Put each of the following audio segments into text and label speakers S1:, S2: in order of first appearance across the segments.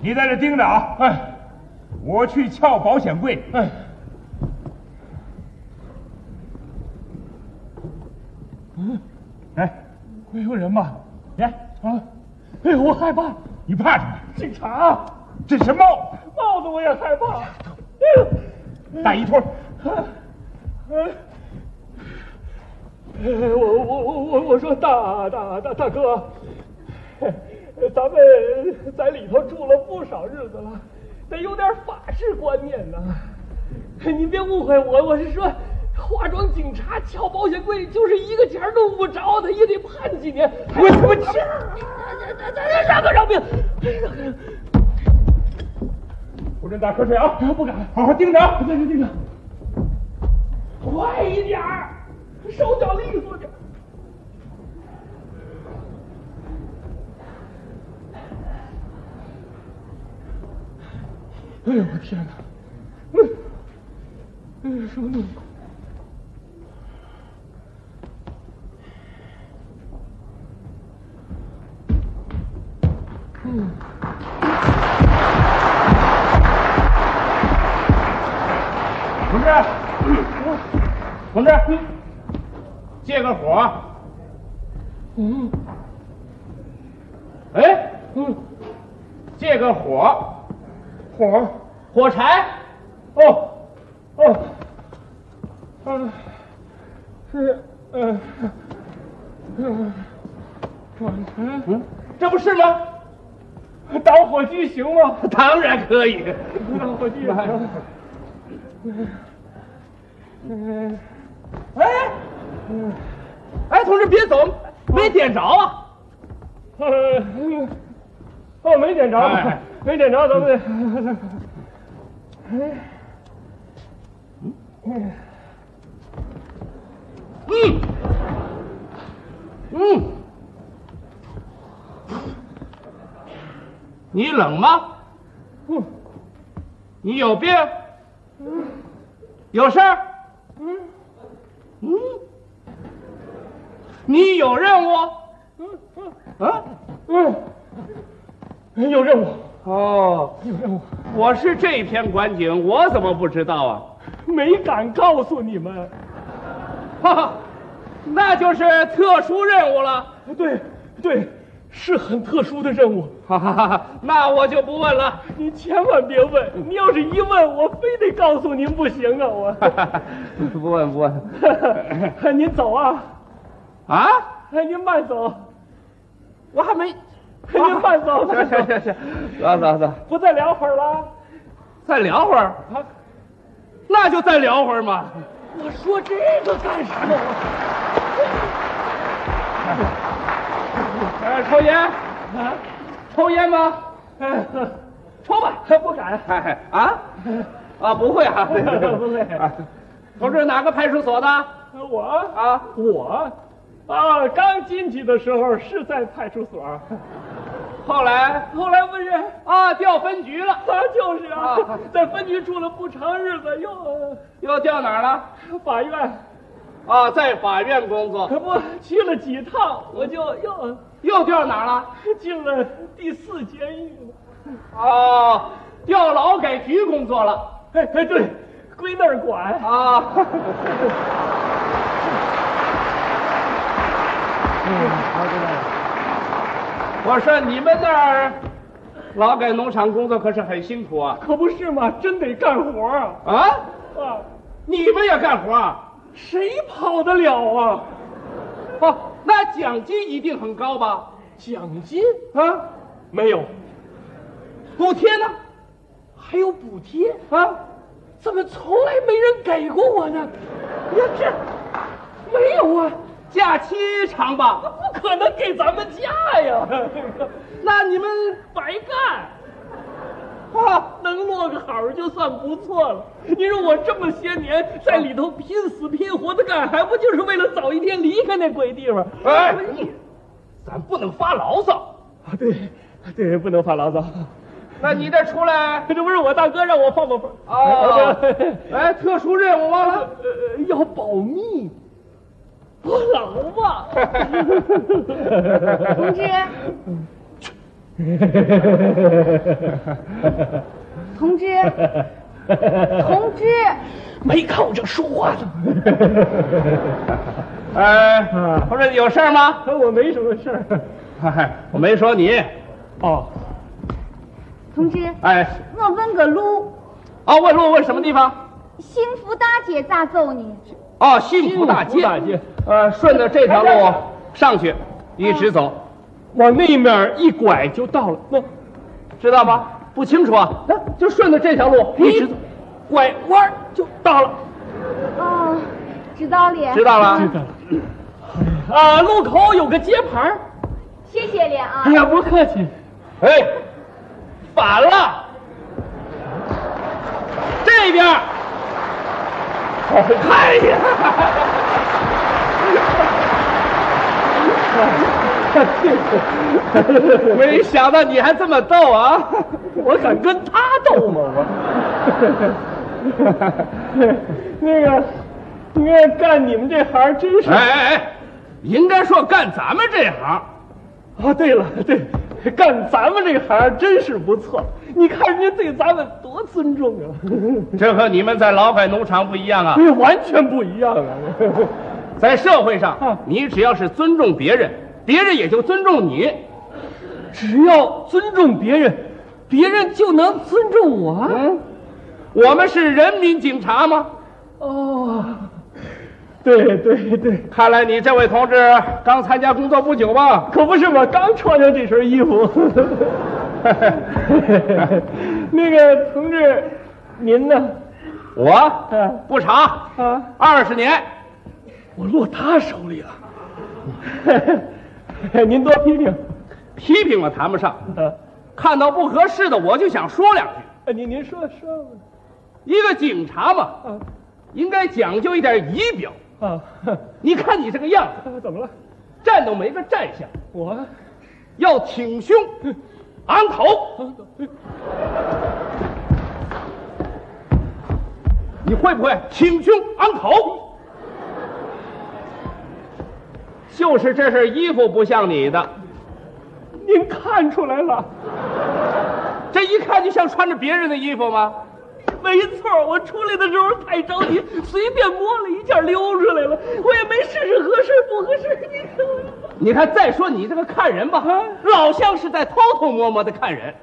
S1: 你在这盯着啊！
S2: 哎，
S1: 我去撬保险柜。
S2: 哎，
S1: 嗯，哎，
S2: 会有人吗？
S1: 来
S2: 啊！哎呦，我害怕！
S1: 你怕什么？
S2: 警察，
S1: 这是猫，
S2: 帽子我也害怕。嗯
S1: 大衣托。
S2: 啊哎我我我我我说大大大大哥，嘿咱们在里头住了不少日子了，得有点法治观念呐。嘿您别误会我，我是说，化妆警察撬保险柜就是一个钱儿弄不着，他也得判几年。
S1: 我他妈
S2: 气儿！咱咱咱让不让病？让不让
S1: 我跟大瞌睡啊！
S2: 不敢，
S1: 好好盯着啊！
S2: 那个那个，快一点儿，手脚利索点儿。哎呦，我天哪！嗯，哎呦，什么东西？嗯。
S1: 同志，同志，借个火。啊
S2: 嗯
S1: 哎，
S2: 嗯，
S1: 借个火，
S2: 火
S1: 火柴。哦，哦，
S2: 啊，是呃，嗯，我们
S1: 嗯，这不是吗？打火机行吗？当然可以。
S2: 不让火炬了。嗯，
S1: 哎，哎，同志别
S2: 嗯
S1: 走，没点着啊！
S2: 呃，哦，没点着，没点着，咱们，
S1: 嗯，嗯，你冷吗？
S2: 嗯
S1: 你有病？有事儿？
S2: 嗯
S1: 嗯，你有任务？
S2: 嗯
S1: 啊？
S2: 嗯，有任务，
S1: 哦，
S2: 有任务，
S1: 我是这篇管警，我怎么不知道啊？
S2: 没敢告诉你们。
S1: 哈哈，那就是特殊任务了。
S2: 对对，是很特殊的任务。
S1: 哈哈哈哈， 那我就不问了。
S2: 你千万别问，你要是一问，我非得告诉您不行啊！
S1: 不问不问。
S2: 我，您走啊，
S1: 啊？
S2: 哎，您慢走，
S1: 我还没。
S2: 哎您慢走，
S1: 行
S2: 慢走
S1: 行行行，走走走，
S2: 不再聊会儿了。
S1: 再聊会儿。
S2: 啊，
S1: 那就再聊会儿嘛。
S2: 我说这个干什么？
S1: 哎，抽烟，
S2: 啊，
S1: 抽烟吗？
S2: 哎，
S1: 抽吧。
S2: 还不敢，
S1: 哎啊啊，不会 啊，
S2: 哎不会
S1: 啊同志，哪个派出所的？
S2: 我
S1: 啊，
S2: 我啊，刚进去的时候是在派出所，
S1: 后来
S2: 后来不是。
S1: 啊，调分局了，
S2: 他就是啊
S1: 啊，
S2: 在分局住了不长日子，又呃
S1: 又调哪儿了？
S2: 法院
S1: 啊，在法院工作，
S2: 可不去了几趟，我就又
S1: 又调哪儿了？
S2: 进了第四监狱了。
S1: 哦，调劳改局工作了。
S2: 哎哎，对，归那儿管。
S1: 啊，我说你们那儿劳改农场工作可是很辛苦啊！
S2: 可不是嘛，真得干活啊！
S1: 啊，
S2: 啊，
S1: 你们也干活啊？
S2: 谁跑得了啊？
S1: 哦，那奖金一定很高吧？
S2: 奖金
S1: 啊，
S2: 没有，
S1: 补贴呢？
S2: 还有补贴，
S1: 啊，
S2: 怎么从来没人给过我呢？呀，这没有啊，
S1: 假期长吧？
S2: 不可能给咱们家 呀！
S1: 那你们
S2: 白干，
S1: 啊，
S2: 能落个好就算不错了。你说我这么些年在里头拼死拼活的干，还不就是为了早一天离开那鬼地方？
S1: 哎，咱不能发牢骚。
S2: 啊，对，对，不能发牢骚。
S1: 那你这出来
S2: 这不是我大哥让我放放风
S1: 哦
S2: 呃，
S1: 哎，特殊任务啊忘了？
S2: 呃要保密，我老忘。
S3: 同志，同志，同志，
S2: 没靠着说话的。
S1: 呃，不是有事儿吗？
S2: 我没什么事儿。
S1: 嗨，哎我没说你。
S2: 哦，
S3: 同志，
S1: 哎，
S3: 我问个路，
S1: 哦，问路问什么地方？
S3: 幸福大街咋走呢？
S1: 哦，幸福大街。哎呃，顺着这条路上去，一直走，哦
S2: 往那面一拐就到了。那
S1: 知道吧？不清楚啊？那就顺着这条路一直走，
S2: 拐弯就到了。
S3: 哦，知道了，
S1: 知道了。
S2: 了。啊，路口有个接盘儿。
S3: 谢谢了啊。
S2: 呀，不客气。
S1: 哎，反了，这边儿。哎呀， 没想到你还这么逗啊！
S2: 我敢跟他斗吗？我那个，你看干你们这行真是
S1: 哎哎哎，应该说干咱们这行，
S2: 啊！对了，对，干咱们这行真是不错。你看人家对咱们多尊重啊！
S1: 这和你们在劳改农场不一样啊
S2: 哎！呀，完全不一样啊！
S1: 在社会上
S2: 嗯，
S1: 你只要是尊重别人，别人也就尊重你。
S2: 只要尊重别人，别人就能尊重我。啊
S1: 嗯，我们是人民警察吗？
S2: 哦，对对对，
S1: 看来你这位同志刚参加工作不久吧？
S2: 可不是嘛，哎刚穿上这身衣服。 那个同志，您呢？
S1: 我
S2: 啊
S1: 不长，
S2: 啊，
S1: 二十年。
S2: 我落他手里了。您多批评。
S1: 批评了谈不上，
S2: 啊，
S1: 看到不合适的我就想说两句。
S2: 哎您您说说吧。
S1: 一个警察嘛，
S2: 啊
S1: 应该讲究一点仪表。
S2: 啊，
S1: 你看你这个样子，
S2: 怎么了？
S1: 站都没个站相，
S2: 我
S1: 要挺胸，昂头。你会不会挺胸昂头？就是这身衣服不像你的，
S2: 您看出来了，
S1: 这一看就像穿着别人的衣服吗？
S2: 没错，我出来的时候太着急，随便摸了一下溜出来了，我也没试试合适不合适。你看我
S1: 你看，再说你这个看人吧，老像是在偷偷摸摸的看人。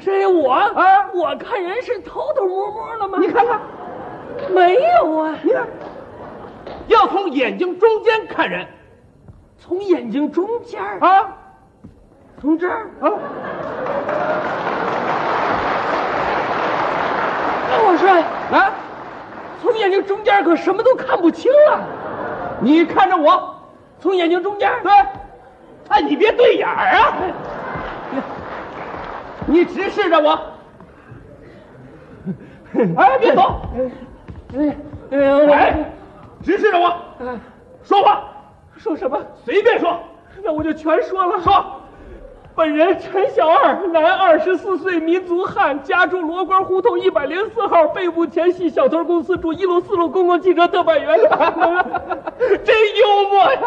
S2: 谁我
S1: 啊
S2: 我看人是偷偷摸摸的吗？
S1: 你看看，
S2: 没有啊，
S1: 你看，要从眼睛中间看人
S2: 从眼睛中间儿，
S1: 啊
S2: 从这儿。
S1: 啊！
S2: 那哦我说，
S1: 来，
S2: 从眼睛中间儿可什么都看不清了。
S1: 你看着我，
S2: 从眼睛中间儿，
S1: 对，哎，你别对眼儿啊！你直视着我，哎，别走，
S2: 哎呀，我
S1: 哎，直视着我，
S2: 哎
S1: 说话，
S2: 说什么？
S1: 随便说，
S2: 那我就全说了。
S1: 说，
S2: 本人陈小二，男，二十四岁，民族汉，家住罗关胡同一百零四号，被捕前系小偷公司，住一路四路公共汽车特派员。
S1: 真幽默呀！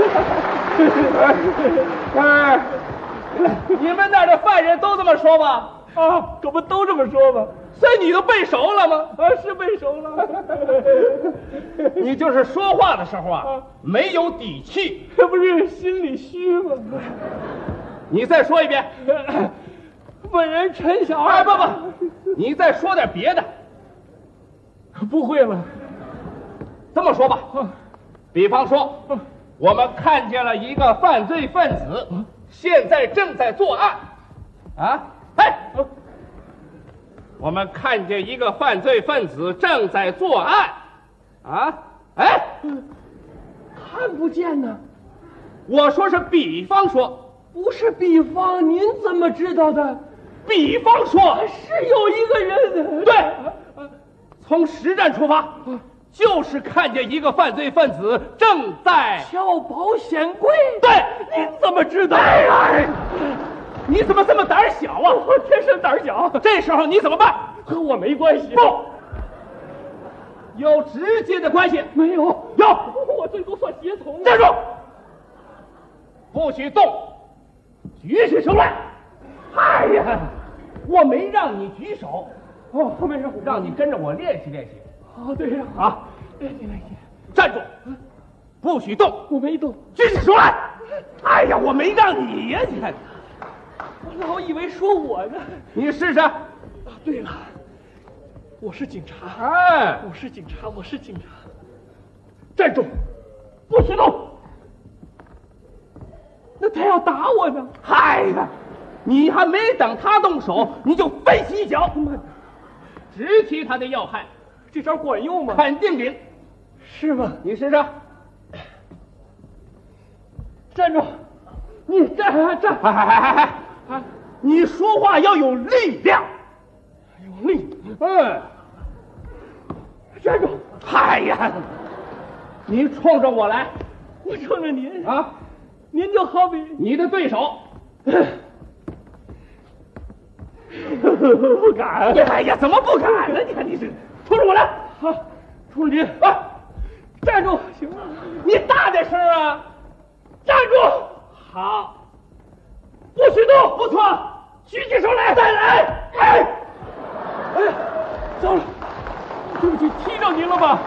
S1: 哎，你们那儿的犯人都这么说吧？
S2: 啊，可不都这么说吗？
S1: 所以你都背熟了吗？
S2: 啊，是背熟了，
S1: 你就是说话的时候啊
S2: 啊，
S1: 没有底气。
S2: 这不是心里虚吗？
S1: 你再说一遍，
S2: 本人陈小
S1: 哎，
S2: 二，
S1: 不不，你再说点别的。
S2: 不，不会了。
S1: 这么说吧，比方说，我们看见了一个犯罪分子，现在正在作案，啊，哎，我们看见一个犯罪分子正在作案，啊，哎，
S2: 看不见呢，
S1: 我说是比方说，
S2: 不是比方，您怎么知道的？
S1: 比方说，
S2: 是有一个人，
S1: 对，从实战出发，就是看见一个犯罪分子正在
S2: 撬保险柜。
S1: 对，你怎么知道？哎哎你怎么这么胆小啊？
S2: 我天生胆小，
S1: 这时候你怎么办？
S2: 和我没关系。
S1: 不，有直接的关系。
S2: 没有，
S1: 有，
S2: 我最多算协啊从。
S1: 站住！不许动，举起手来。哎呀，我没让你举手，
S2: 哦，后面是虎
S1: 让你跟着我练习练习
S2: 哦，对呀、啊，
S1: 啊！
S2: 对对对，
S1: 站住，不许动，
S2: 我没动，
S1: 举起手来。哎呀，我没让你呀，你看，
S2: 我老以为说我呢。
S1: 你试试。
S2: 啊，对了，我是警察，
S1: 哎，
S2: 我是警察，我是警察。
S1: 站住，不许动。
S2: 那他要打我呢？
S1: 嗨呀，你还没等他动手，你就飞起一脚，直踢他的要害，
S2: 这招管用吗？
S1: 肯定灵。
S2: 是吗？
S1: 你试试，
S2: 站住！
S1: 你站站，哎哎哎哎哎，你说话要有力量。哎
S2: 有力，
S1: 嗯，
S2: 站住！
S1: 嗨哎呀，你冲着我来
S2: 我冲着您，
S1: 啊！
S2: 您就好比
S1: 你的对手，
S2: 不敢
S1: 哎呀，怎么不敢呢？你看你这，冲着我来，
S2: 啊，冲您
S1: 啊！
S2: 站住！行了，
S1: 你大点声啊！站住！
S2: 好，
S1: 不许动！不错，举起手来！再来！哎，
S2: 哎呀，糟了，对不起，踢着您了吧？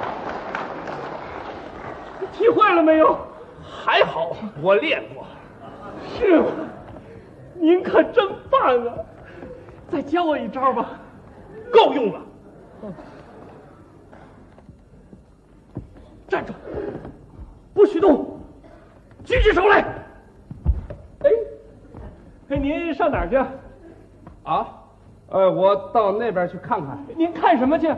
S2: 踢坏了没有？
S1: 还好我练过。
S2: 是吗？您可真棒啊！再教我一招吧。
S1: 够用了。
S2: 站住！不许动！
S1: 举起手来。
S2: 哎，哎，您上哪儿去？
S1: 啊，呃，我到那边去看看。
S2: 您看什么去？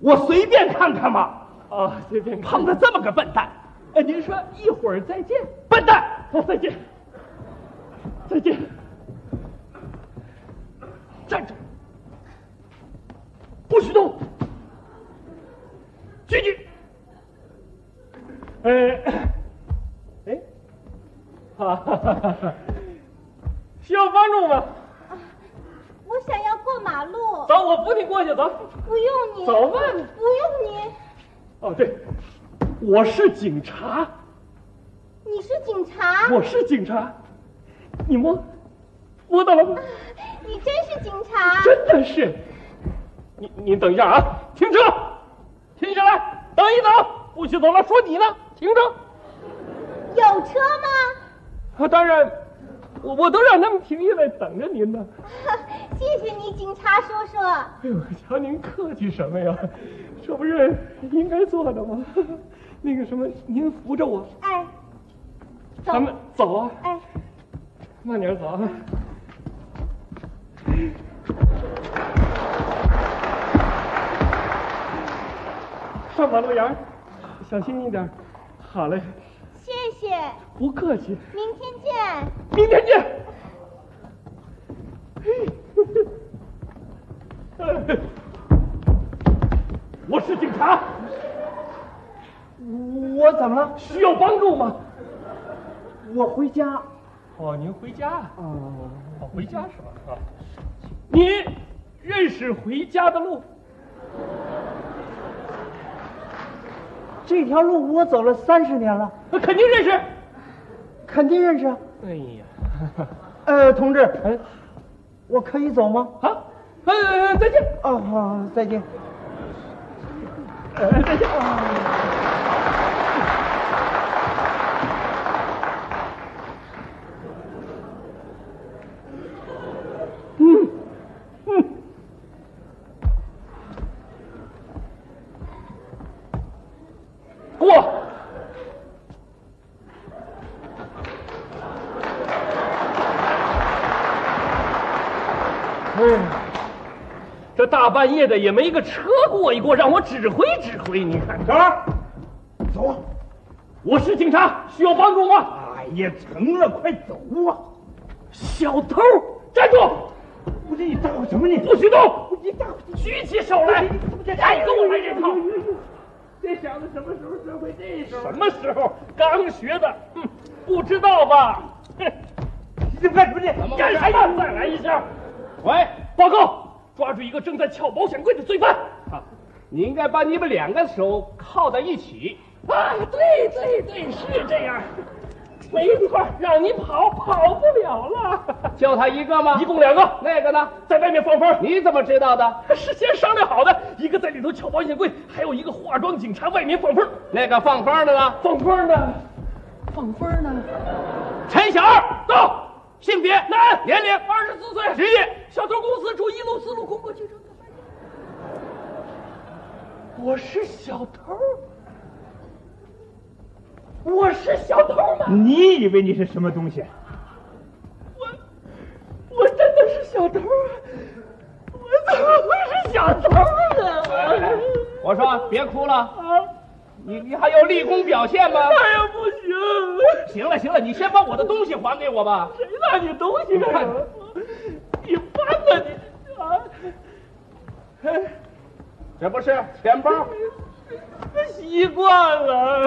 S1: 我随便看看嘛。
S2: 啊，随便看
S1: 碰。到这么个笨蛋，
S2: 哎，您说一会儿再见。
S1: 笨蛋，
S2: 好，再见，再见。
S1: 站住！
S2: 不许动！
S1: 举起。
S2: 哎，哎，啊哈哈哈哈哈！需要帮助吗？
S3: 我想要过马路，
S2: 走，我扶你过去，走。
S3: 不用你。
S2: 走吧
S3: 不用
S2: 哦，对，我是警察，
S3: 你，你是警察，
S2: 我是警察，你摸，摸到了吗？
S3: 啊你真是警察。
S2: 真的是。你你等一下啊，停车，停下来，等一等，不许走了，说你呢，停车。
S3: 有车吗？
S2: 啊，当然，我我都让他们停下来等着您呢。
S3: 谢谢你，警察叔叔。
S2: 哎呦，瞧您客气什么呀？这不是应该做的吗？ 那个什么，您扶着我，
S3: 哎，走
S2: 咱们走啊，
S3: 哎，
S2: 慢点走啊。上马路沿儿，小心一点。好嘞，
S3: 谢谢，
S2: 不客气。
S3: 明天见。
S2: 明天见。我是警察，
S4: 我怎么了？
S2: 需要帮助吗？
S4: 我回家。
S2: 哦，您回家啊？
S4: 哦，
S2: 哦，回家是吧？啊，您认识回家的路？
S4: 这条路我走了三十年了，
S2: 那肯定认识。
S4: 肯定认识啊。
S2: 哎呀，
S4: 呃，同志，
S2: 哎，啊
S4: 我可以走吗？
S2: 好，呃，再见。
S4: 啊，好，再见。
S2: 呃，再见。过。
S4: 哎，
S2: 这大半夜的也没个车过一过，让我指挥指挥。你看，
S4: 小二，
S1: 啊
S4: 走。
S2: 我是警察，需要帮助吗？
S4: 哎呀，成了，快走啊！
S2: 小偷，站住！
S4: 我这你大伙什么你？
S2: 不许动！
S4: 你大伙
S2: 举起手来！哎，跟我来这套！
S4: 这小子什么时候学会这手？
S2: 什么时候？刚学的，哼，不知道 吧？哼，
S4: 你干什么你？
S2: 干什么？再来一下！
S1: 喂，
S2: 报告，抓住一个正在撬保险柜的罪犯。啊，
S1: 你应该把你们两个手铐在一起。
S2: 啊，对对对，是这样，没错儿，让你跑跑不了了。
S1: 就他一个吗？
S2: 一共两个
S1: 那个呢？
S2: 在外面放风，
S1: 你怎么知道的？
S2: 事先商量好的，一个在里头撬保险柜，还有一个化妆警察外面放风。
S1: 那个放风的呢？
S2: 放风呢？放风呢？
S1: 陈小二，到，性别男，年龄
S2: 二十四岁，
S1: 职业。
S2: 小偷公司住一路四路空过去这我是小偷，我是小偷吗？
S4: 你以为你是什么东西？
S2: 我我真的是小偷啊！我怎么会是小偷啊呢？
S1: 我说别哭了，
S2: 啊！
S1: 你你还有立功表现吗？
S2: 哎呀，不行！
S1: 行了行了，你先把我的东西还给我吧。
S2: 谁拿你东西干什么？你翻了你啊！
S1: 这不是钱包。
S2: 习惯了。